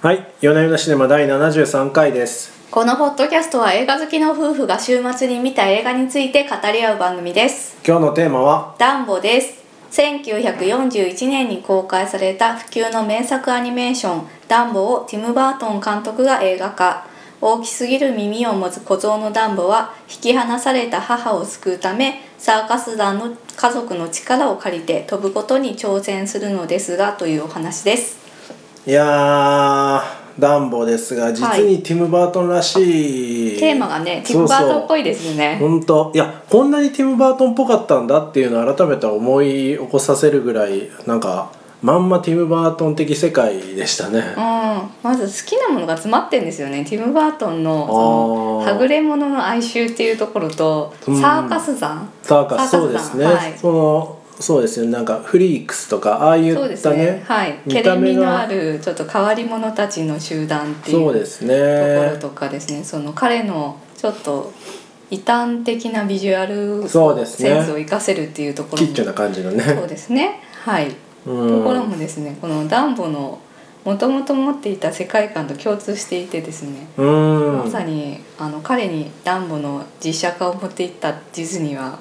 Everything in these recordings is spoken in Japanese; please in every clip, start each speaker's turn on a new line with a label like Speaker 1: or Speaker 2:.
Speaker 1: はい、夜な夜なシネマ第73回です。
Speaker 2: このポッドキャストは映画好きの夫婦が週末に見た映画について語り合う番組です
Speaker 1: 今日のテーマは
Speaker 2: ダンボです1941年に公開された不朽の名作アニメーション「ダンボ」をティム・バートン監督が映画化大きすぎる耳を持つ小僧のダンボは引き離された母を救うためサーカス団の家族の力を借りて飛ぶことに挑戦するのですがというお話です
Speaker 1: いやーダンボですが実にティム・バートンらしい、
Speaker 2: テーマがねティム・バートンっぽいですね
Speaker 1: 本当いやこんなにティム・バートンっぽかったんだっていうのを改めて思い起こさせるぐらいなんかまんまティム・バートン的世界でしたね、
Speaker 2: うん、まず好きなものが詰まってんですよねティム・バートンのその
Speaker 1: あー
Speaker 2: はぐれ者の哀愁っていうところとサ
Speaker 1: うん
Speaker 2: ーカス山、
Speaker 1: サーカス
Speaker 2: サーカ
Speaker 1: そうです
Speaker 2: スだ
Speaker 1: ね、
Speaker 2: はい
Speaker 1: そのそうですよねなんかフリークスとかああい
Speaker 2: そう
Speaker 1: っ
Speaker 2: です
Speaker 1: た
Speaker 2: ね
Speaker 1: ね
Speaker 2: はい
Speaker 1: 見
Speaker 2: け
Speaker 1: た
Speaker 2: れ
Speaker 1: 目
Speaker 2: みの
Speaker 1: が
Speaker 2: あるちょっと変わり者たちの集団ってい
Speaker 1: そう
Speaker 2: うと
Speaker 1: です
Speaker 2: ころ
Speaker 1: ね
Speaker 2: とかですねその彼のちょっと異端的なビジュアル
Speaker 1: そうですね
Speaker 2: センスを生かせるっていうところ
Speaker 1: キ
Speaker 2: も
Speaker 1: ッチュな感じのね
Speaker 2: そうですねはい
Speaker 1: うん
Speaker 2: ところもですねこのダンボのもともと持っていた世界観と共通していてですね
Speaker 1: うん
Speaker 2: まさにあの彼にダンボの実写化を持っていったディズニーは、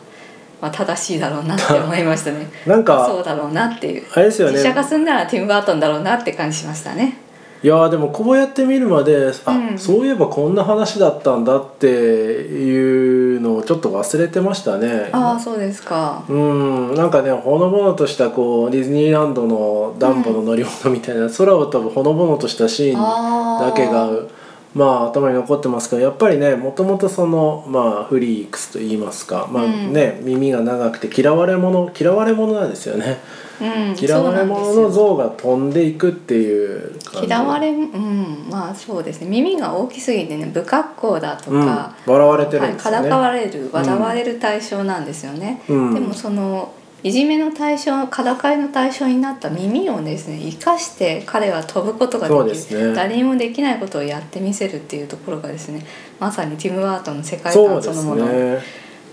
Speaker 2: まあ、正しいだろうなって思いましたね
Speaker 1: なん
Speaker 2: そう
Speaker 1: か
Speaker 2: だろうなっていう
Speaker 1: あれですよ
Speaker 2: 実写化
Speaker 1: ね
Speaker 2: すんならティム・バートンだろうなって感じしましたね
Speaker 1: いやーでもこうやって見るまであ、
Speaker 2: うん
Speaker 1: そういえばこんな話だったんだっていうのをちょっと忘れてましたね
Speaker 2: ああそうですか
Speaker 1: うんなんかねほのぼのとしたこうディズニーランドのダンボの乗り物みたいな、空を飛ぶほのぼのとしたシーン
Speaker 2: あ
Speaker 1: だ
Speaker 2: あ
Speaker 1: けがまあ頭に残ってますけどやっぱりねもともとそのまあフリークスと言いますかまあ
Speaker 2: うん
Speaker 1: ね、耳が長くて嫌われ者嫌われ者なんですよね。
Speaker 2: うん
Speaker 1: 嫌われ
Speaker 2: そ
Speaker 1: 者
Speaker 2: うなん
Speaker 1: の
Speaker 2: ですよ
Speaker 1: 像が飛んでいくっていう感じ
Speaker 2: 嫌われうんまあそうですね耳が大きすぎてね不格好だと
Speaker 1: うん、
Speaker 2: か、
Speaker 1: 笑われて
Speaker 2: は
Speaker 1: るん
Speaker 2: い
Speaker 1: です
Speaker 2: から
Speaker 1: よね、
Speaker 2: かわれる笑われる対象なんですよね、
Speaker 1: うん
Speaker 2: でもそのいじめの対象からかいの対象になった耳をですね生かして彼は飛ぶことができる
Speaker 1: そうですね
Speaker 2: 誰にもできないことをやってみせるっていうところがですねまさにティム・ワートンの世界
Speaker 1: そう
Speaker 2: 観
Speaker 1: で
Speaker 2: その
Speaker 1: す
Speaker 2: もの
Speaker 1: ね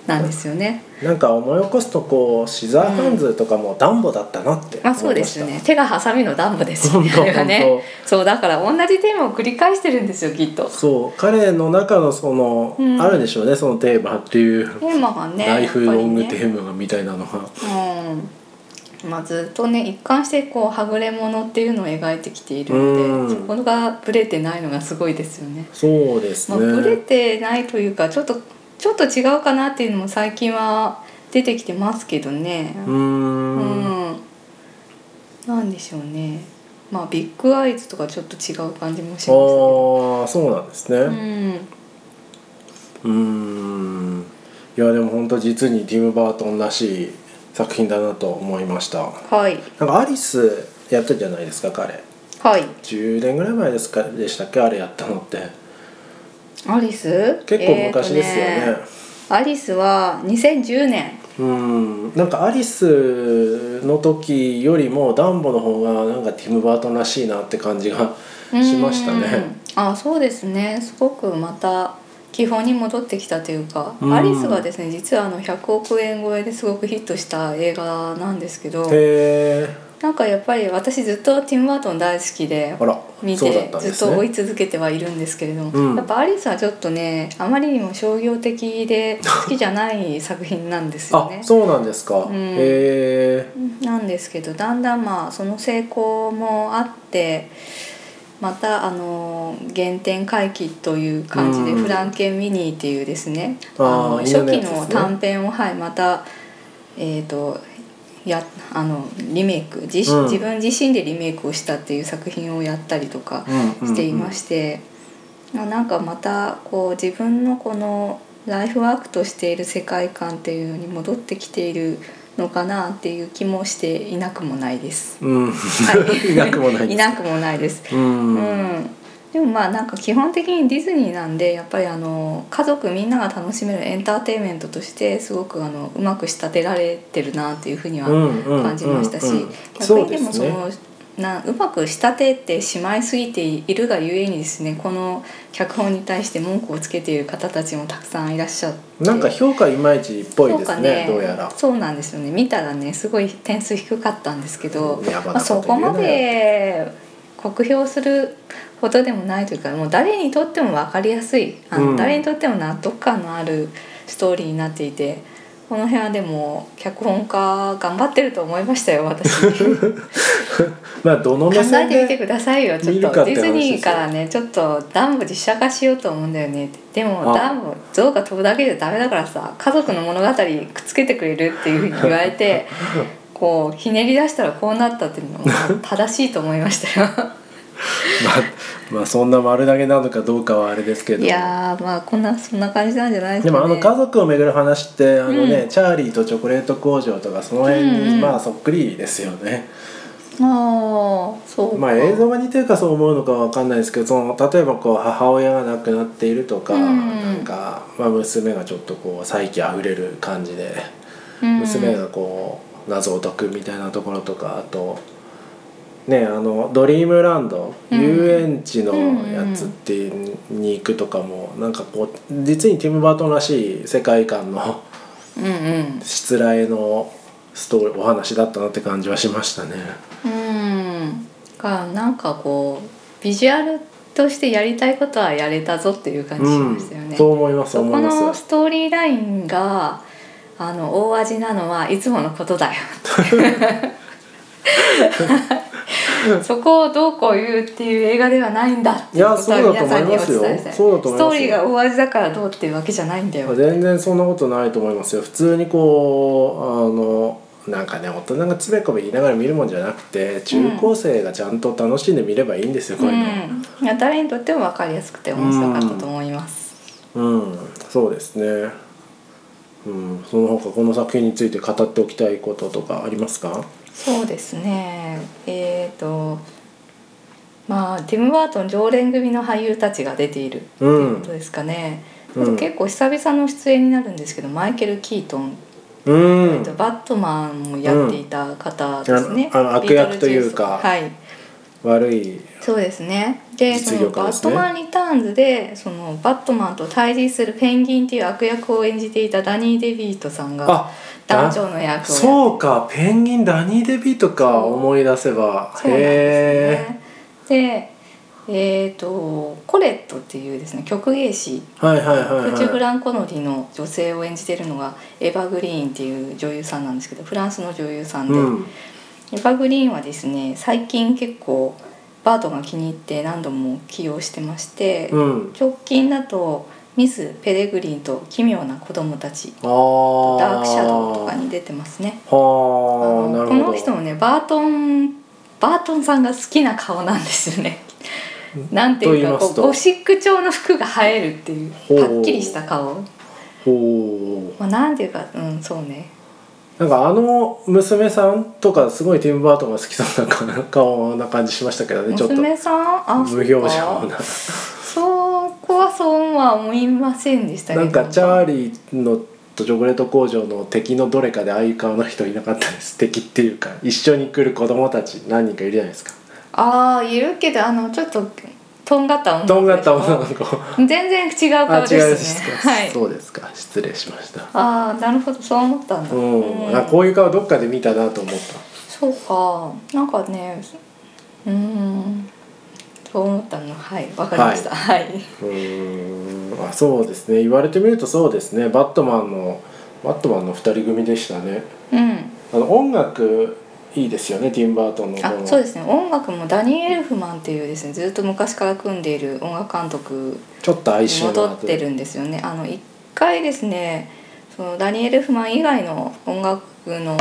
Speaker 2: なんですよね。
Speaker 1: なんか思い起こすとこうシザーハンズとかもダンボだったなって
Speaker 2: まあそう
Speaker 1: 思い
Speaker 2: で
Speaker 1: まし
Speaker 2: す
Speaker 1: た、
Speaker 2: ね手がハサミのダンボですよね
Speaker 1: 本当
Speaker 2: あれはね
Speaker 1: 本
Speaker 2: そうだから同じテーマを繰り返してるんですよきっと。
Speaker 1: そう彼の中のその、
Speaker 2: うん
Speaker 1: あるんでしょうねそのテーマっていう、
Speaker 2: テーマがね
Speaker 1: ライフ
Speaker 2: やっぱ
Speaker 1: ロ
Speaker 2: り
Speaker 1: ング
Speaker 2: ね
Speaker 1: テーマがみたいなのが、
Speaker 2: うんまあ、ずっとね一貫してこうはぐれ者っていうのを描いてきている
Speaker 1: うん
Speaker 2: のでそこがブレてないのがすごいですよね。
Speaker 1: そうです
Speaker 2: ま
Speaker 1: ね、
Speaker 2: あ、ブレてないというかちょっとちょっと違うかなっていうのも最近は出てきてますけどね。
Speaker 1: うーん
Speaker 2: うん、なんでしょうね。まあビッグアイズとかちょっと違う感じもしますけど。
Speaker 1: ああそうなんですね、
Speaker 2: うん
Speaker 1: うーんいやでも本当実にティム・バートンらしい作品だなと思いました
Speaker 2: はい
Speaker 1: なんかアリスやったじゃないですか彼
Speaker 2: はい
Speaker 1: 10年ぐらい前ですかでしたっけあれやったのって
Speaker 2: アリス
Speaker 1: 結構昔ですよね,、
Speaker 2: えーとねアリスは2010年
Speaker 1: うんなんかアリスの時よりもダンボの方がなんかティム・バートンらしいなって感じがしましたね
Speaker 2: うんあそうですねすごくまた基本に戻ってきたというか、
Speaker 1: うん
Speaker 2: アリスがですね実はあの100億円超えですごくヒットした映画なんですけど
Speaker 1: へえ
Speaker 2: なんかやっぱり私ずっとティム・バートン大好きで
Speaker 1: あら
Speaker 2: 見
Speaker 1: そうだってたんで
Speaker 2: ずっ
Speaker 1: す
Speaker 2: と追
Speaker 1: ね
Speaker 2: い続けてはいるんですけれども、
Speaker 1: うん
Speaker 2: やっぱアリスはちょっとねあまりにも商業的で好きじゃない作品なんですよ
Speaker 1: あ
Speaker 2: ね。
Speaker 1: そうなんですか、
Speaker 2: ん
Speaker 1: へえ
Speaker 2: なんですけどだんだんまあその成功もあってまたあの原点回帰という感じで「
Speaker 1: うん
Speaker 2: フランケン・ミニー」っていうですね
Speaker 1: あ
Speaker 2: あ
Speaker 1: ー
Speaker 2: の
Speaker 1: 犬
Speaker 2: 初
Speaker 1: のやつ
Speaker 2: 期
Speaker 1: ですね
Speaker 2: の短編を、はい、また、えー、とやあのリメイク自,、
Speaker 1: うん、
Speaker 2: 自分自身でリメイクをしたっていう作品をやったりとかしていましてて、まあなんかまたこう自分のこのライフワークとしている世界観っていうのに戻ってきているのかなっていう気もしていなくもないです。
Speaker 1: うん、
Speaker 2: はい
Speaker 1: いなくもないです
Speaker 2: いなくもないです。
Speaker 1: う、
Speaker 2: うんんでもまあなんか基本的にディズニーなんでやっぱりあの家族みんなが楽しめるエンターテインメントとしてすごくあのうまく仕立てられてるなっていうふうには
Speaker 1: 感
Speaker 2: 感じましたし、逆
Speaker 1: そう
Speaker 2: に
Speaker 1: で
Speaker 2: でも
Speaker 1: す
Speaker 2: そ
Speaker 1: ね
Speaker 2: のなうまく仕立ててしまいすぎているがゆえにですねこの脚本に対して文句をつけている方たちもたくさんいらっしゃって
Speaker 1: なんか評価いまいちっぽいで
Speaker 2: 評価
Speaker 1: すねどうやら
Speaker 2: そうなんですよね見たらねすごい点数低かったんですけど、
Speaker 1: やば
Speaker 2: まあ、
Speaker 1: な
Speaker 2: そ
Speaker 1: こと
Speaker 2: こ
Speaker 1: 言う
Speaker 2: ま
Speaker 1: ね
Speaker 2: で酷評するほどでもないというかもう誰にとっても分かりやすいあの、
Speaker 1: うん
Speaker 2: 誰にとっても納得感のあるストーリーになっていてこの辺はでも脚本家頑張ってると思いました よ私考
Speaker 1: まあどの目
Speaker 2: え
Speaker 1: 線
Speaker 2: てみて
Speaker 1: で
Speaker 2: くださいよちょっ
Speaker 1: 見る
Speaker 2: と
Speaker 1: かっ
Speaker 2: デ
Speaker 1: て話
Speaker 2: ィズニ
Speaker 1: で
Speaker 2: ー
Speaker 1: すよ
Speaker 2: からねちょっとダンボ実写化しようと思うんだよねってでも
Speaker 1: あ
Speaker 2: ダンボ象が飛ぶだけじゃダメだからさ家族の物語くっつけてくれるっていうふうに言われ てこうひねり出したらこうなったっていうのも正しいと思いましたよ。
Speaker 1: まあ、まあそんな丸投げなのかどうかはあれですけど
Speaker 2: いやーまあこんなそんな感じなんじゃないで
Speaker 1: です
Speaker 2: か
Speaker 1: も
Speaker 2: ね。
Speaker 1: あの家族を巡る話ってあのね、
Speaker 2: う
Speaker 1: チャーリーとチョコレート工場とかその辺に、
Speaker 2: うんうん
Speaker 1: まあそっくりですよね。
Speaker 2: ああそうか。
Speaker 1: まあ映像が似てるかそう思うのかは分かんないですけどその例えばこう母親が亡くなっているとか、
Speaker 2: うん
Speaker 1: なんか、まあ、娘がちょっとこう再起あふれる感じで、
Speaker 2: うん
Speaker 1: 娘がこう謎を解くみたいなところとかあと。ね、あのドリームランド、
Speaker 2: うん
Speaker 1: 遊園地のやつっていうに行くとかもなんかこう実にティム・バートンらしい世界観の
Speaker 2: うんうん
Speaker 1: しつらえのストーリーお話だったなって感じはしましたね。
Speaker 2: うんがなんかこうビジュアルとしてやりたいことはやれたぞっていう感じしましたよね。
Speaker 1: そう思います
Speaker 2: そ
Speaker 1: 思
Speaker 2: こ
Speaker 1: います。
Speaker 2: のストーリーラインがあの大味なのはいつものこ とだよってそこをどうこう言うっていう映画ではないんだっていうことは皆さんにお伝えしたい
Speaker 1: いやそうだと思いますよそうだと思いますよ
Speaker 2: ストーリーが大味だからどうっていうわけじゃないんだよ
Speaker 1: 全然そんなことないと思いますよ普通にこうあのなんかね大人がつべこべ言いながら見るもんじゃなくて中高生がちゃんと楽しんで見ればいいんですよ、こういうの
Speaker 2: うん、いや誰にとっても分かりやすくて面白かったと思います。
Speaker 1: うん、そうですねうん、その他この作品について語っておきたいこととかありますか
Speaker 2: そうですね。えっ、と、まあティムバートン常連組の俳優たちが出ているっていうことですかね。
Speaker 1: うん
Speaker 2: あと結構久々の出演になるんですけど、マイケル・キートン、
Speaker 1: うん
Speaker 2: とバットマンもやっていた方ですね。
Speaker 1: うんあのあの悪役というか
Speaker 2: ビートルジュースはい。
Speaker 1: 悪い
Speaker 2: そうですねでそ
Speaker 1: 実
Speaker 2: の
Speaker 1: 業家
Speaker 2: バ
Speaker 1: で
Speaker 2: ッ
Speaker 1: す
Speaker 2: ト
Speaker 1: ね
Speaker 2: マン・リターンズでそのバットマンと対峙するペンギンっていう悪役を演じていたダニー・デビートさんが
Speaker 1: あ
Speaker 2: 団長の役をう
Speaker 1: そうかペンギンダニー・デビーとか思い出せば
Speaker 2: そうなんですねでえー、とコレットっていうですね曲芸師
Speaker 1: へえはいはいはい
Speaker 2: 空中フ
Speaker 1: はい
Speaker 2: ランコノリの女性を演じてるのがエヴァ・グリーンっていう女優さんなんですけどフランスの女優さんで、
Speaker 1: うん
Speaker 2: エヴァ・グリーンはですね最近結構バートが気に入って何度も起用してまして、
Speaker 1: うん
Speaker 2: 直近だとミス・ペレグリンと奇妙な子供たち
Speaker 1: あー
Speaker 2: ダークシャドウとかに出てますねあ
Speaker 1: はあ
Speaker 2: の
Speaker 1: なるほど
Speaker 2: この人もねバートンバートンさんが好きな顔なんですよねなんていう
Speaker 1: と言いま
Speaker 2: かこう
Speaker 1: すと
Speaker 2: ゴシック調の服が映えるっていう
Speaker 1: ほう
Speaker 2: はっきりした顔、
Speaker 1: ほう
Speaker 2: まあ、なんていうかうんそうね
Speaker 1: なんかあの娘さんとかすごいティム・バートンが好きそうな顔顔な感じしましたけどねちょっと
Speaker 2: 娘さんあ
Speaker 1: 無表情
Speaker 2: そうか
Speaker 1: な
Speaker 2: そこはそうは思いませんでしたけ
Speaker 1: な
Speaker 2: ど
Speaker 1: んかチャーリーのとチョコレート工場の敵のどれかでああいう顔の人いなかったです敵っていうか一緒に来る子供たち何人かいるじゃないですか
Speaker 2: ああいるけどあのちょっととんがった女の子
Speaker 1: とんがった
Speaker 2: でしょ
Speaker 1: 女の子
Speaker 2: 全然違う
Speaker 1: あ
Speaker 2: 顔
Speaker 1: 違う
Speaker 2: ですね。
Speaker 1: か、
Speaker 2: はい。
Speaker 1: そうですか失礼しました
Speaker 2: ああ、なるほど、そう思ったんだ。
Speaker 1: うん、
Speaker 2: うん
Speaker 1: あこういう顔どっかで見たなと思っ
Speaker 2: そうか、なんかね、うん、そう思ったの、はい、わかりました。はい。
Speaker 1: たうーんあそうですね言われてみるとそうですねバットマンのバットマンの2人組でしたね
Speaker 2: うん。
Speaker 1: あの音楽いいですよねティンバートンのこの
Speaker 2: あ、そうですね。音楽もダニー・エルフマンっていうですね、ずっと昔から組んでいる音楽監督
Speaker 1: ちょっと哀愁
Speaker 2: 戻
Speaker 1: の
Speaker 2: っ
Speaker 1: 後
Speaker 2: てるんですよね。あの一回ですね、そのダニーエルフマン以外の音楽の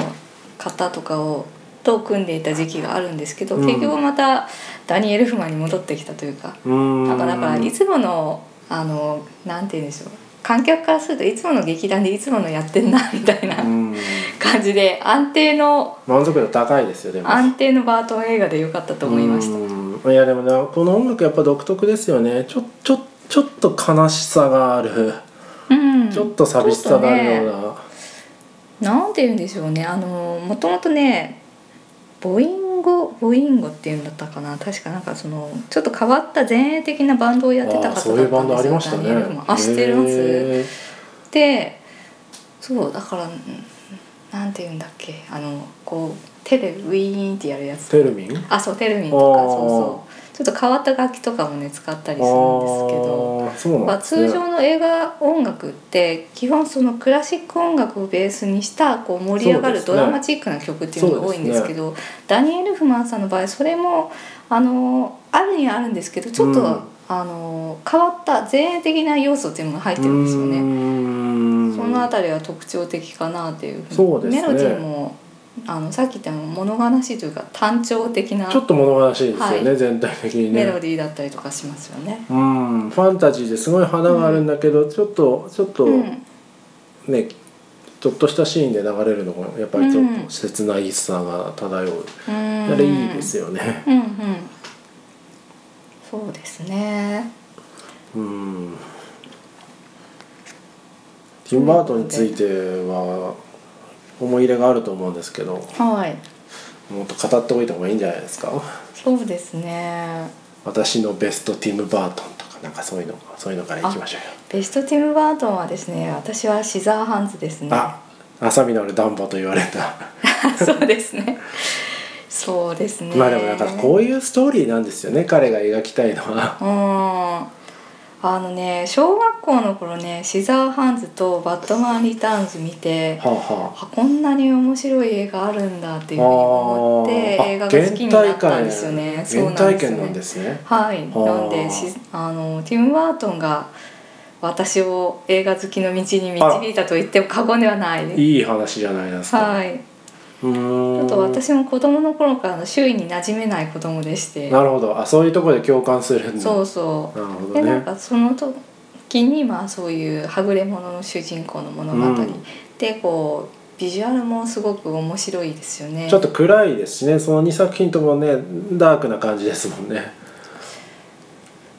Speaker 2: 方とかをと組んでいた時期があるんですけど、
Speaker 1: うん
Speaker 2: 結局またダニーエルフマンに戻ってきたというか、
Speaker 1: うーん
Speaker 2: なんかだからいつものあのなんて言うんでしょう、観客からするといつもの劇団でいつものやってんなみたいな
Speaker 1: うん
Speaker 2: 感じで安定の
Speaker 1: 満足度高いですよでも
Speaker 2: 安定のバートン映画で良かったと思いました。
Speaker 1: たいやでもなこの音楽やっぱ独特ですよねちょちょちょっと悲しさがある、
Speaker 2: うん、
Speaker 1: ちょっと寂しさがあるような、
Speaker 2: なんて言うんでしょうねあのもともとねボインゴボインゴっていうんだったかな確かなんかそのちょっと変わった前衛的なバンドをやってた方だったん
Speaker 1: あーそ
Speaker 2: ですよ
Speaker 1: ういうバンドありました
Speaker 2: ダニエル
Speaker 1: ね
Speaker 2: フマンあ知ってます
Speaker 1: へー
Speaker 2: でそうだからうんなんて言うんだっけあのこう手でウィーンってやるやつ
Speaker 1: テルミン
Speaker 2: あそうテルミンとか
Speaker 1: あー
Speaker 2: そうそうちょっと変わった楽器とかもね使ったりするんですけど。
Speaker 1: あーそう
Speaker 2: ま
Speaker 1: なん
Speaker 2: あ、
Speaker 1: ですね
Speaker 2: 通常の映画音楽って基本そのクラシック音楽をベースにしたこう盛り上
Speaker 1: そ
Speaker 2: がる
Speaker 1: うです
Speaker 2: ド
Speaker 1: ね
Speaker 2: ラマチックな曲っていうのが多いんですけどダニエル・フマンさんの場合それもあのあるにはあるんですけどちょっと、
Speaker 1: うん
Speaker 2: あの変わった前衛的な要素っていうのが入ってるんですよね。
Speaker 1: ね
Speaker 2: そのあたりは特徴的かなっていうふうに
Speaker 1: そうですね
Speaker 2: メロディーもあのさっき言ったように物悲しいというか単調的な
Speaker 1: ちょっと物悲しいですよね、
Speaker 2: は
Speaker 1: 全体的に
Speaker 2: メロ
Speaker 1: ね。
Speaker 2: ディーだったりとかしますよね。
Speaker 1: うん、ファンタジーですごい花があるんだけど、ちょっとちょっと
Speaker 2: うん
Speaker 1: ね、ちょっとしたシーンで流れるのがやっぱりちょっと切ないさが漂う、あれいいですよ
Speaker 2: よ。
Speaker 1: ね。
Speaker 2: うんうん、そうですね。
Speaker 1: うん。ティム・バートンについては思い入れがあると思うんですけど、
Speaker 2: はい。
Speaker 1: もっと語っておいた方がいいんじゃないですか。
Speaker 2: そうですね。
Speaker 1: 私のベストティム・バートンとかなんかそういうのそういうのからいきましょうよ。
Speaker 2: ベストティムバートンはですね、私はシザーハンズですね。
Speaker 1: あ、浅見の俺ダンボと言われた。
Speaker 2: そうですね。そうですね。
Speaker 1: まあでもなんかこういうストーリーなんですよね。彼が描きたいのは。
Speaker 2: うんあのね小学校の頃ねシザーハンズとバットマンリターンズ見て
Speaker 1: はあは
Speaker 2: あこんなに面白い映画あるんだっていうふうに思って
Speaker 1: あー
Speaker 2: 映画が好きになったんですよね
Speaker 1: あ。
Speaker 2: そう
Speaker 1: 原
Speaker 2: なん
Speaker 1: 体
Speaker 2: ですよ
Speaker 1: 験な
Speaker 2: ね
Speaker 1: んですね。
Speaker 2: はい、
Speaker 1: あー
Speaker 2: なんでしあのティム・バートンが私を映画好きの道に導いたと言っても過言ではないです。
Speaker 1: いい話じゃないですか。
Speaker 2: はい、
Speaker 1: うー
Speaker 2: ち
Speaker 1: ん。
Speaker 2: ょっと私も子供の頃からの周囲に馴染めない子供でして
Speaker 1: なるほど。あ、そういうところで共感するんだ。
Speaker 2: そうそう
Speaker 1: なるほ
Speaker 2: で
Speaker 1: ど
Speaker 2: なん
Speaker 1: ね。
Speaker 2: かその時にまあそういうはぐれ者の主人公の物語、
Speaker 1: うん
Speaker 2: でこうビジュアルもすごく面白いですよね
Speaker 1: ちょっと暗いですしね。その二作品ともね、ダークな感じですもんね。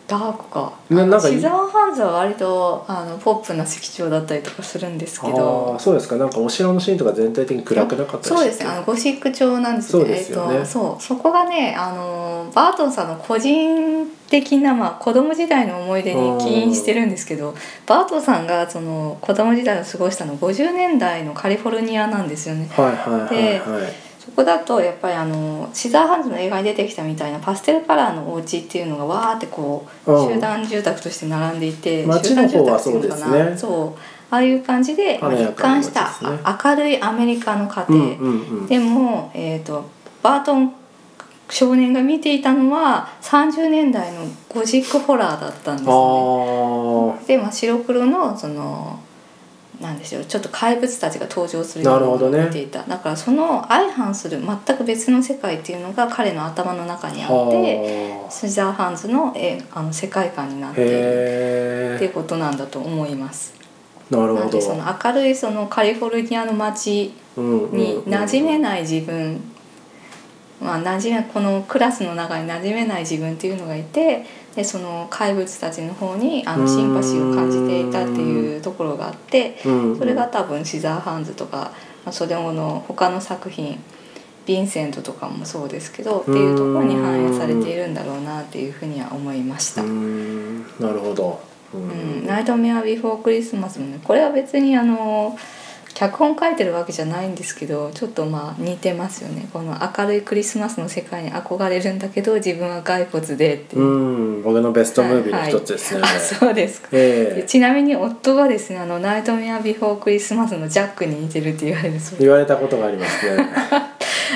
Speaker 2: ダークか
Speaker 1: ななんかいい
Speaker 2: シザーハンズは割とあのポップな色調だったりとかするんですけ
Speaker 1: あ
Speaker 2: ど
Speaker 1: あ、そうですか。なんかお城のシーンとか全体的に暗くなかったり
Speaker 2: そうですねあのゴシック調なんです
Speaker 1: そうですよね
Speaker 2: えっと、そうそこがねあのバートンさんの個人的な、まあ、子供時代の思い出に起因してるんですけどバートンさんがその子供時代を過ごしたの50年代のカリフォルニアなんですよね。
Speaker 1: はいはいはいはい。
Speaker 2: そこだとやっぱりあのシザーハンズの映画に出てきたみたいなパステルカラーのお家っていうのがわーってこう
Speaker 1: うん
Speaker 2: 集団住宅として並んでいて、
Speaker 1: 街
Speaker 2: 集団
Speaker 1: の
Speaker 2: 住
Speaker 1: 方は
Speaker 2: 宅っていうのかな
Speaker 1: そうですね
Speaker 2: そうああいう感じでまあ
Speaker 1: 華や
Speaker 2: 一
Speaker 1: かな
Speaker 2: 貫
Speaker 1: 街
Speaker 2: し
Speaker 1: ですね
Speaker 2: たあ明るいアメリカの家
Speaker 1: う
Speaker 2: 庭、
Speaker 1: んうんうん。
Speaker 2: でも、えー、とバートン少年が見ていたのは30年代のゴジックホラーだったんですよね。
Speaker 1: あ
Speaker 2: で、まあ、白黒のそのなんでしょうちょっと怪物たちが登場する
Speaker 1: なるほどね
Speaker 2: を見ていた、だからその相反する全く別の世界っていうのが彼の頭の中に
Speaker 1: あ。
Speaker 2: あって
Speaker 1: はあ
Speaker 2: スジャーハンズのえあの世界観になっているってい
Speaker 1: へ
Speaker 2: うことなんだと思います。
Speaker 1: え。なる
Speaker 2: な
Speaker 1: ほ
Speaker 2: んでその
Speaker 1: ど。
Speaker 2: 明るいそのカリフォルニアの街に馴染め
Speaker 1: い。
Speaker 2: ない自分、まあ、馴染めこのクラスの中に馴染めない自分っていうのがいてでその怪物たちの方にあのシンパシーを感じていたっていうところがあって
Speaker 1: うん
Speaker 2: それが多分シザーハンズとか、まあ、それもの他の作品ヴィンセントとかもそうですけどっていうところに反映されているんだろうなっていうふうには思いまし
Speaker 1: う
Speaker 2: た。
Speaker 1: ん。なるほど。う
Speaker 2: うん
Speaker 1: ん。
Speaker 2: ナイトメアビフォークリスマスもねこれは別にあの脚本書いてるわけじゃないんですけどちょっとまあ似てますよねこの明るいクリスマスの世界に憧れるんだけど自分は骸骨でっていう
Speaker 1: う、ん、僕のベストムービーの一つですね。
Speaker 2: はいあ そうですか、で
Speaker 1: ええ
Speaker 2: ちなみに夫はですねあのナイトメアビフォークリスマスのジャックに似てるって言われるそうです
Speaker 1: 言われたことがありますね。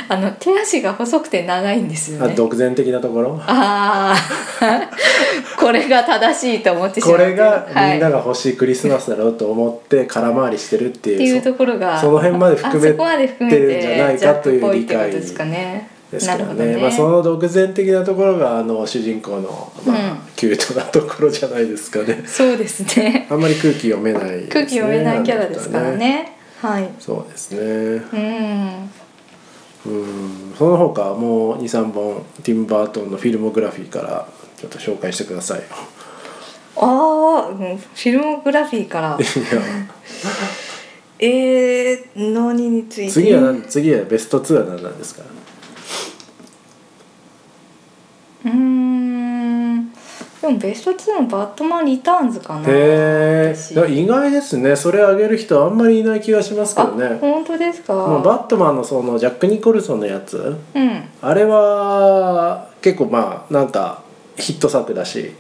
Speaker 2: あの手足が細くて長いんですよ
Speaker 1: あ、
Speaker 2: ね
Speaker 1: 独善的なところ。
Speaker 2: ああ これが正しいと思ってしま
Speaker 1: こ
Speaker 2: う
Speaker 1: れが
Speaker 2: はい
Speaker 1: みんなが欲しいクリスマスだろうと思って空回りしてるって
Speaker 2: ってい
Speaker 1: いうう。
Speaker 2: ところが
Speaker 1: その辺まで含め
Speaker 2: あそこまで含め
Speaker 1: てるんじゃないかという理解
Speaker 2: ジャックっぽいってことですかね
Speaker 1: です
Speaker 2: な
Speaker 1: け
Speaker 2: る
Speaker 1: ど
Speaker 2: ほどね、
Speaker 1: ね。まあその独善的なところがあの主人公のま
Speaker 2: うん
Speaker 1: あキュートなところじゃないですかね。
Speaker 2: そう ですね
Speaker 1: あんまり空気読めないですね。
Speaker 2: 空気読めないキャラですから
Speaker 1: あ
Speaker 2: ね
Speaker 1: の人は。
Speaker 2: はい
Speaker 1: そうですね。
Speaker 2: うん
Speaker 1: うん、その他もう二三本ティムバートンのフィルモグラフィーからちょっと紹介してくださいよ。
Speaker 2: ああうんフィルモグラフィーからえー、何について
Speaker 1: 次は何次はベストツアー何なんですか。
Speaker 2: うーんでもベスト2の「バットマン・リターンズ」かな
Speaker 1: へ
Speaker 2: 私
Speaker 1: え。だから意外ですね。それあげる人あんまりいない気がしますけ
Speaker 2: あ
Speaker 1: どね。
Speaker 2: 本当ですか
Speaker 1: まあバットマンのそのジャックニコルソンのやつ、
Speaker 2: うん
Speaker 1: あれは結構まあなんかヒット作だし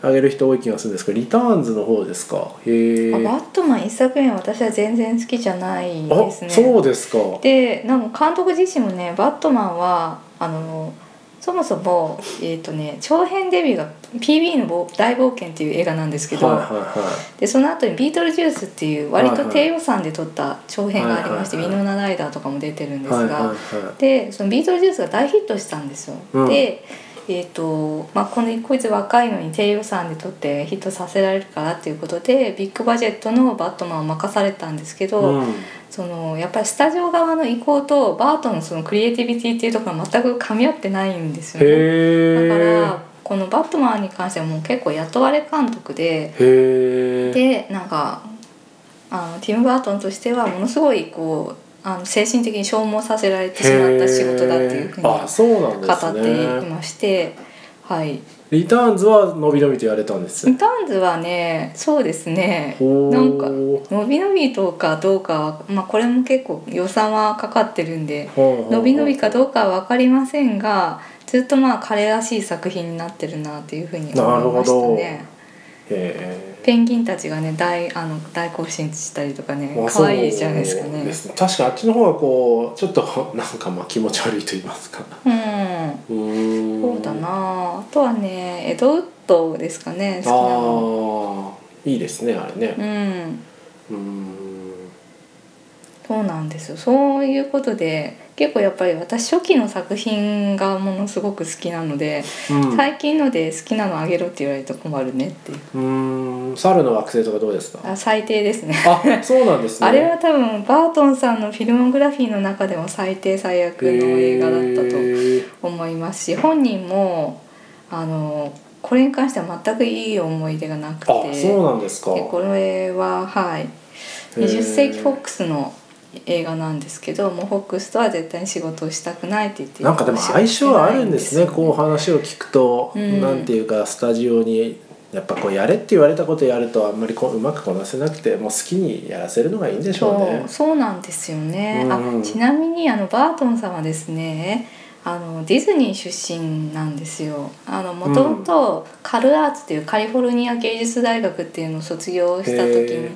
Speaker 1: 上げる人多い気がするんですけどリターンズの方ですかへえ
Speaker 2: あバットマン一作目は私は全然好きじゃない
Speaker 1: あ
Speaker 2: ですね
Speaker 1: そうですか
Speaker 2: でなんか監督自身もね「バットマンは」あのそもそも、えーとね、長編デビューが「PB の冒大冒険」っていう映画なんですけど、
Speaker 1: はいはい
Speaker 2: でその後に「ビートルジュース」っていう割と
Speaker 1: はいはい
Speaker 2: 低予算で撮った長編がありまして「
Speaker 1: はいはいはい
Speaker 2: ウィノーナ・ライダー」とかも出てるんですが、
Speaker 1: はいはいはいはい
Speaker 2: でそのビートルジュースが大ヒットしたんですよ。
Speaker 1: うん
Speaker 2: でえーとまあ、このこいつ若いのに低予算で撮ってヒットさせられるからっていうことでビッグバジェットのバットマンを任されたんですけど、
Speaker 1: うん
Speaker 2: そのやっぱりスタジオ側の意向とバートのそのクリエイティビティっていうところが全く噛み合ってないんですよね。だか
Speaker 1: へ
Speaker 2: らこの「バットマン」に関してはもう結構雇われ監督で
Speaker 1: えへえ
Speaker 2: でなんかあのティム・バートンとしてはものすごいこうあの精神的に消耗させられてしまった仕事だっていうふうに
Speaker 1: あそうなんです
Speaker 2: 語ってい
Speaker 1: ね
Speaker 2: まして。はい、
Speaker 1: リターンズは伸び伸びとやれたんです
Speaker 2: リターンズはねそうですね
Speaker 1: ほー
Speaker 2: なんか伸び伸びとかどうかは、まあ、これも結構予算はかかってるんで伸
Speaker 1: 伸
Speaker 2: び伸びかど
Speaker 1: う
Speaker 2: うかは分かりませんがずっとまあ彼らしい作品になってるなというふうに思いました
Speaker 1: なる
Speaker 2: ね。
Speaker 1: へえ
Speaker 2: ペンギンたちがね大あの大行進したりとかね
Speaker 1: まあ
Speaker 2: 可愛いじゃないですか
Speaker 1: そう
Speaker 2: ね。
Speaker 1: です確かにあっちの方がこうちょっとなんかまあ気持ち悪いと言いますか
Speaker 2: うん
Speaker 1: うーん
Speaker 2: そうだなあとはねエドウッドですかね好きなの。
Speaker 1: ああいいですねあれ
Speaker 2: う
Speaker 1: ね
Speaker 2: ん
Speaker 1: うーん
Speaker 2: そうなんですよそういうことで結構やっぱり私初期の作品がものすごく好きなので、
Speaker 1: うん
Speaker 2: 最近ので好きなのあげろって言われると困るねっていう
Speaker 1: うーん猿の惑星とかどうです か
Speaker 2: あ最低ですね
Speaker 1: あそうなんですね
Speaker 2: あれは多分バートンさんのフィルモグラフィーの中でも最低最悪の映画だった
Speaker 1: へー
Speaker 2: と思いますし本人もあのこれに関しては全くいい思い出がなくて
Speaker 1: あそうなんですか
Speaker 2: でこれははい20世紀フォックスの映画なんですけどもうフォックスとは絶対に仕事をしたくないって言って
Speaker 1: なんかでも相性はあるんですねこう話を聞くと、
Speaker 2: うん
Speaker 1: なんていうかスタジオにやっぱこうやれって言われたことやるとあんまりこううまくこなせなくてもう好きにやらせるのがいいんでしょうね
Speaker 2: そう。そうなんですよね、
Speaker 1: うん
Speaker 2: あちなみにあのバートンさんはですねあのディズニー出身なんですよもともとカルアーツっていうカリフォルニア芸術大学っていうのを卒業した時
Speaker 1: へ
Speaker 2: に
Speaker 1: ー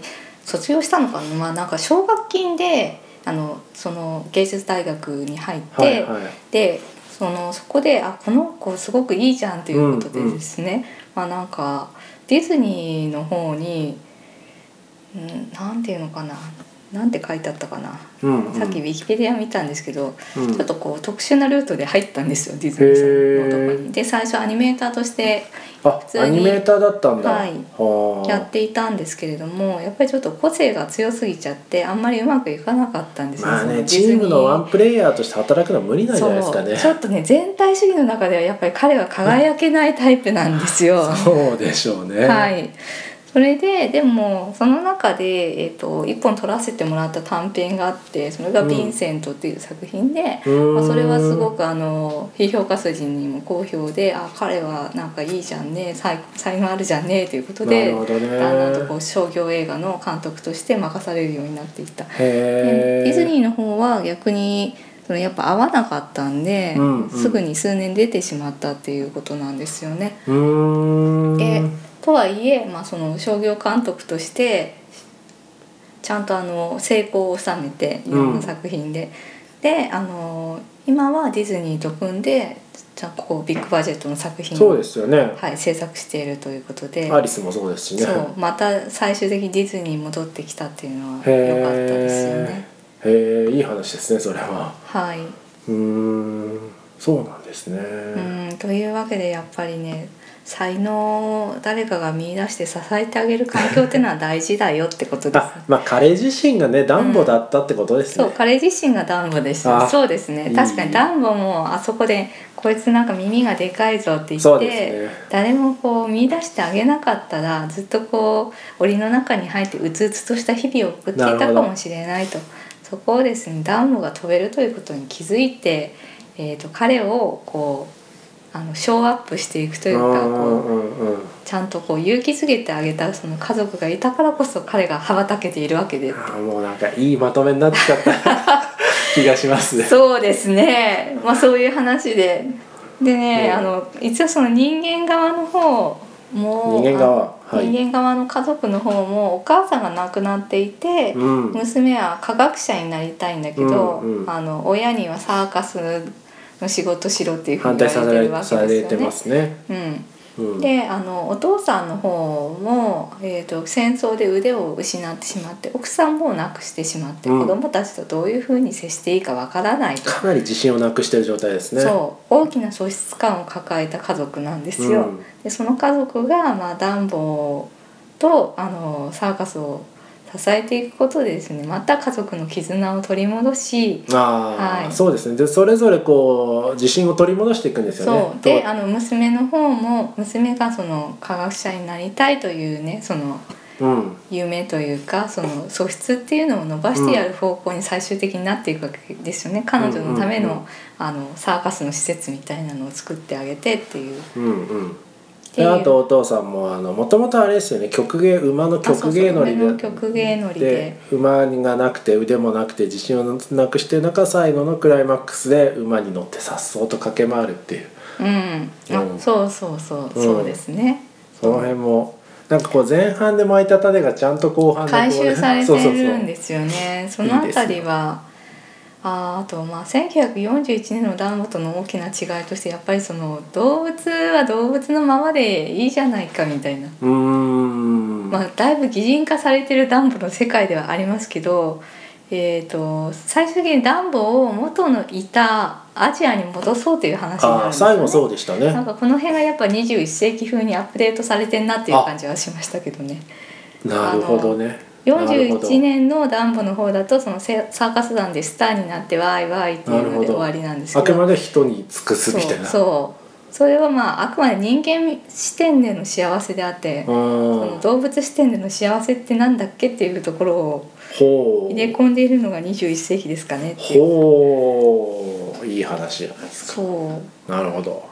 Speaker 2: 卒業したのかな,、まあ、なんか奨学金であのその芸術大学に入って、
Speaker 1: はいはい、
Speaker 2: でそのそこであこの子すごくいいじゃんということでですね、まあなんかディズニーの方に、うん、なんていうのかななんて書いてあったかな、
Speaker 1: うんうん
Speaker 2: さっきウィキペディア見たんですけど、
Speaker 1: うん
Speaker 2: ちょっとこう特殊なルートで入ったんですよディズニーさんのとこ
Speaker 1: へ
Speaker 2: に。で最初アニメーターとして
Speaker 1: あ
Speaker 2: 普通に
Speaker 1: アニメーターだったんだ。
Speaker 2: はい
Speaker 1: はあ
Speaker 2: やっていたんですけれどもやっぱりちょっと個性が強すぎちゃってあんまりうまくいかなかったんですよ
Speaker 1: まあ
Speaker 2: その
Speaker 1: ね
Speaker 2: ディ
Speaker 1: チ
Speaker 2: ズニ
Speaker 1: ームのワンプレイヤーとして働くのは無理なんじゃないですか
Speaker 2: そうちょ
Speaker 1: ね。
Speaker 2: っとね全体主義の中ではやっぱり彼は輝けないタイプなんですよ。
Speaker 1: そうでしょうね。
Speaker 2: はいそれででもその中で、えー、と1本撮らせてもらった短編があってそれが「
Speaker 1: うん
Speaker 2: ヴィンセント」っていう作品で、
Speaker 1: うーん
Speaker 2: まあ、それはすごくあの批評家筋にも好評であ彼はなんかいいじゃんね才才能あるじゃんねということ
Speaker 1: な
Speaker 2: で
Speaker 1: るほどね。
Speaker 2: だんだんとこう商業映画の監督として任されるようになっていった
Speaker 1: へ
Speaker 2: ディズ
Speaker 1: ー
Speaker 2: ニーの方は逆にそのやっぱ合わなかったんで、
Speaker 1: うんうん
Speaker 2: すぐに数年出てしまったっていうことなんですよね。
Speaker 1: うーん。
Speaker 2: でとはいえ、まあ、その商業監督としてちゃんとあの成功を収めていろんな作品で、であの今はディズニーと組んでじゃあここビッグバジェットの作品
Speaker 1: そう
Speaker 2: を、
Speaker 1: ですよね。
Speaker 2: はい、制作しているということで。
Speaker 1: アリスもそうですしね。
Speaker 2: そうまた最終的にディズニーに戻ってきたっていうのは良かったですよ
Speaker 1: へ
Speaker 2: ね。
Speaker 1: え。へえいい話ですねそれは。
Speaker 2: はいう
Speaker 1: ーんそうなんですね。
Speaker 2: うん、というわけでやっぱりね才能を誰かが見出して支えてあげる環境ってのは大事だよってことですね
Speaker 1: あまあ彼自身がね暖房だったってことですね。
Speaker 2: そう彼自身がダンボでした
Speaker 1: あ
Speaker 2: そうです
Speaker 1: い
Speaker 2: ね
Speaker 1: い
Speaker 2: 確かにダンボもあそこで「こいつなんか耳がでかいぞ」って言
Speaker 1: そ
Speaker 2: っ
Speaker 1: う
Speaker 2: て、
Speaker 1: ですね
Speaker 2: 誰もこう見出してあげなかったらずっとこう檻の中に入ってうつうつとした日々を送ってい
Speaker 1: なる
Speaker 2: た
Speaker 1: ほ
Speaker 2: か
Speaker 1: ど
Speaker 2: もしれないとそこをですねダンボが飛べるということに気づいて、えー、と彼をこうあのショーアップしていくというかこう
Speaker 1: うんうんうん。
Speaker 2: ちゃんとこう勇気づけてあげたその家族がいたからこそ彼が羽ばたけているわけで
Speaker 1: あーもうなんかいいまとめになっ ちゃった気がしますね。
Speaker 2: そうですね。まあそういう話ででね、
Speaker 1: うん
Speaker 2: あの一応その人間側の方も
Speaker 1: 人間側
Speaker 2: あの
Speaker 1: はい
Speaker 2: 人間側の家族の方もお母さんが亡くなっていて、
Speaker 1: うん
Speaker 2: 娘は科学者になりたいんだけど、
Speaker 1: うんうん
Speaker 2: あの親にはサーカスの仕事しろっていうふう
Speaker 1: 反
Speaker 2: に言
Speaker 1: 対
Speaker 2: わ
Speaker 1: さ
Speaker 2: れて
Speaker 1: れ
Speaker 2: るわけ
Speaker 1: さ
Speaker 2: で
Speaker 1: れ
Speaker 2: す
Speaker 1: て
Speaker 2: よね
Speaker 1: ま。すね。
Speaker 2: うん
Speaker 1: うん、
Speaker 2: であのお父さんの方も、えー、と戦争で腕を失ってしまって奥さんも亡くしてしまって、
Speaker 1: うん
Speaker 2: 子供たちとどういうふうに接していいかわからないと、
Speaker 1: かなり自信をなくしてる状態ですね。
Speaker 2: そう大きな喪失感を抱えた家族なんですよ。
Speaker 1: うん
Speaker 2: でその家族が、まあ、暖房とあのサーカスを支えていくことでですねまた家族の絆を取り戻し、
Speaker 1: ああ、
Speaker 2: はい
Speaker 1: そうですね。でそれぞれこう自信を取り戻していくんですよね。
Speaker 2: そうであの娘の方も娘がその科学者になりたいというねその
Speaker 1: とうん、
Speaker 2: 夢というかその素質っていうのを伸ばしてやる方向に最終的になっていくわけですよね、彼女のための,、
Speaker 1: うんうんうん
Speaker 2: あのサーカスの施設みたいなのを作ってあげてっていう。
Speaker 1: うんうん。
Speaker 2: って
Speaker 1: で
Speaker 2: いう
Speaker 1: あとお父さんもあのもともとあれですよね曲芸馬の
Speaker 2: あそうそう
Speaker 1: 曲芸乗り
Speaker 2: 上
Speaker 1: で
Speaker 2: の曲芸乗りで
Speaker 1: で馬がなくて腕もなくて自信をなくしてる中最後のクライマックスで馬に乗って颯爽と駆け回るっていう
Speaker 2: うん、あ、
Speaker 1: うん
Speaker 2: そうそうそう、そうですね。
Speaker 1: その辺もなんかこう前半で巻いた種がちゃんと後半でこう
Speaker 2: 回収され
Speaker 1: そうそ
Speaker 2: て
Speaker 1: うそう
Speaker 2: るんですよね。そのあたりは。あーあとまあ1941年のダンボとの大きな違いとしてやっぱりその動物は動物のままでいいじゃないかみたいな、
Speaker 1: うーん、
Speaker 2: まあ、だいぶ擬人化されてるダンボの世界ではありますけど、えー、と最終的にダンボを元のいたアジアに戻そうという話になる
Speaker 1: あ
Speaker 2: ん
Speaker 1: ー
Speaker 2: ですよね。
Speaker 1: 最後そうでした
Speaker 2: な
Speaker 1: ね
Speaker 2: んかこの辺がやっぱ21世紀風にアップデートされてんなっていう感じはしましたけどね
Speaker 1: なるほどねなるほど
Speaker 2: 41年のダンボの方だとそのせサーカス団でスターになってワイワイっていうので終わりなんですけ
Speaker 1: あ
Speaker 2: ど
Speaker 1: くまで人に尽くす
Speaker 2: そう
Speaker 1: みたいな
Speaker 2: そうそれはまああくまで人間視点での幸せであって、
Speaker 1: う
Speaker 2: そ
Speaker 1: ー
Speaker 2: の
Speaker 1: ん
Speaker 2: 動物視点での幸せってなんだっけっていうところを
Speaker 1: ほう
Speaker 2: 入れ込んでいるのが21世紀ですかねっていう
Speaker 1: ほういい話じゃないですか
Speaker 2: そう
Speaker 1: なるほど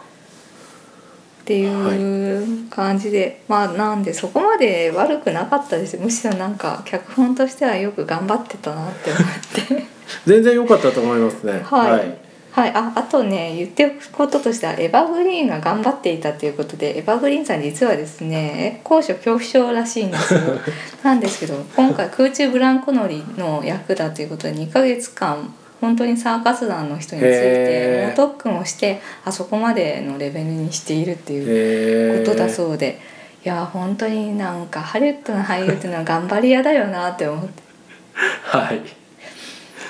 Speaker 2: っていう感じで、まあなんでそこまで悪くなかったですむしろなんか脚本としてはよく頑張ってたなって思って
Speaker 1: 全然良かったと思いますね
Speaker 2: はい、はいああとね言っておくこととしてはエヴァグリーンが頑張っていたということでエヴァグリーンさん実はですね高所恐怖症らしいんですよなんですけど今回空中ブランコ乗りの役だということで2ヶ月間本当にサーカス団の人について
Speaker 1: へー
Speaker 2: 猛特訓をしてあそこまでのレベルにしているっていう
Speaker 1: え
Speaker 2: ことだそうで、いや本当になんかハリウッドの俳優っていうのは頑張り屋だよなって思って
Speaker 1: はい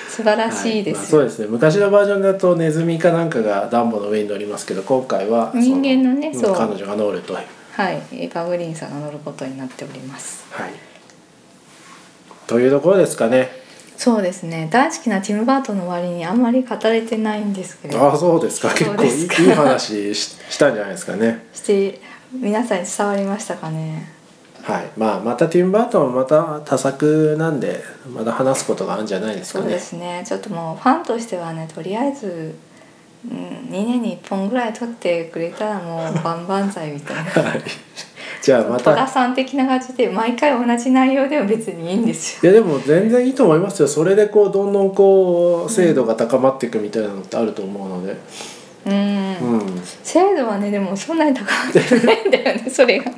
Speaker 2: 素晴らしいで
Speaker 1: はまあ
Speaker 2: す
Speaker 1: そ
Speaker 2: よ、
Speaker 1: うですね昔のバージョンだとネズミかなんかがダンボの上に乗りますけど今回は
Speaker 2: 人間のね
Speaker 1: そ
Speaker 2: そう
Speaker 1: 彼女が乗るという
Speaker 2: はいエヴァグリーンさんが乗ることになっております
Speaker 1: はいというところですかね
Speaker 2: そうですね大好きなティム・バートンの割にあんまり語れてないんですけれど
Speaker 1: ああそうですか結
Speaker 2: そう
Speaker 1: 構
Speaker 2: ですか
Speaker 1: いいいい話ししたんじゃないですかね
Speaker 2: して皆さんに伝わりましたかね
Speaker 1: はいまあまたティム・バートンまた多作なんでまた話すことがあるんじゃないですか
Speaker 2: そ
Speaker 1: ね
Speaker 2: うですねちょっともうファンとしてはねとりあえず、うん、2年に1本ぐらい撮ってくれたらもう万々歳みたいな
Speaker 1: はいじゃあま
Speaker 2: 戸田
Speaker 1: た
Speaker 2: さん的な感じで毎回同じ内容でも別にいいんですよ
Speaker 1: いやでも全然いいと思いますよそれでこうどんどんこう精度が高まっていくみたいなのってあると思うので
Speaker 2: うん、
Speaker 1: うん
Speaker 2: 精度はねでもそんなに高まってないんだよねそれが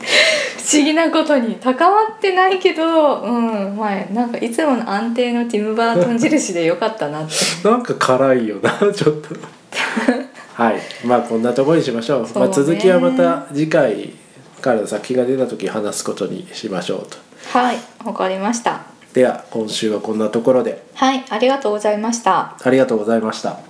Speaker 2: 不思議なことに高まってないけどうんまあなんかいつもの安定のティム・バートン印でよかったなって
Speaker 1: なんか辛いよな ちょっとはいまあこんなところにしましょう
Speaker 2: そうね
Speaker 1: まあ、続きはまた次回からの作品が出た時話すことにしましょうと
Speaker 2: はいわかりました
Speaker 1: では今週はこんなところで
Speaker 2: はいありがとうございました
Speaker 1: ありがとうございました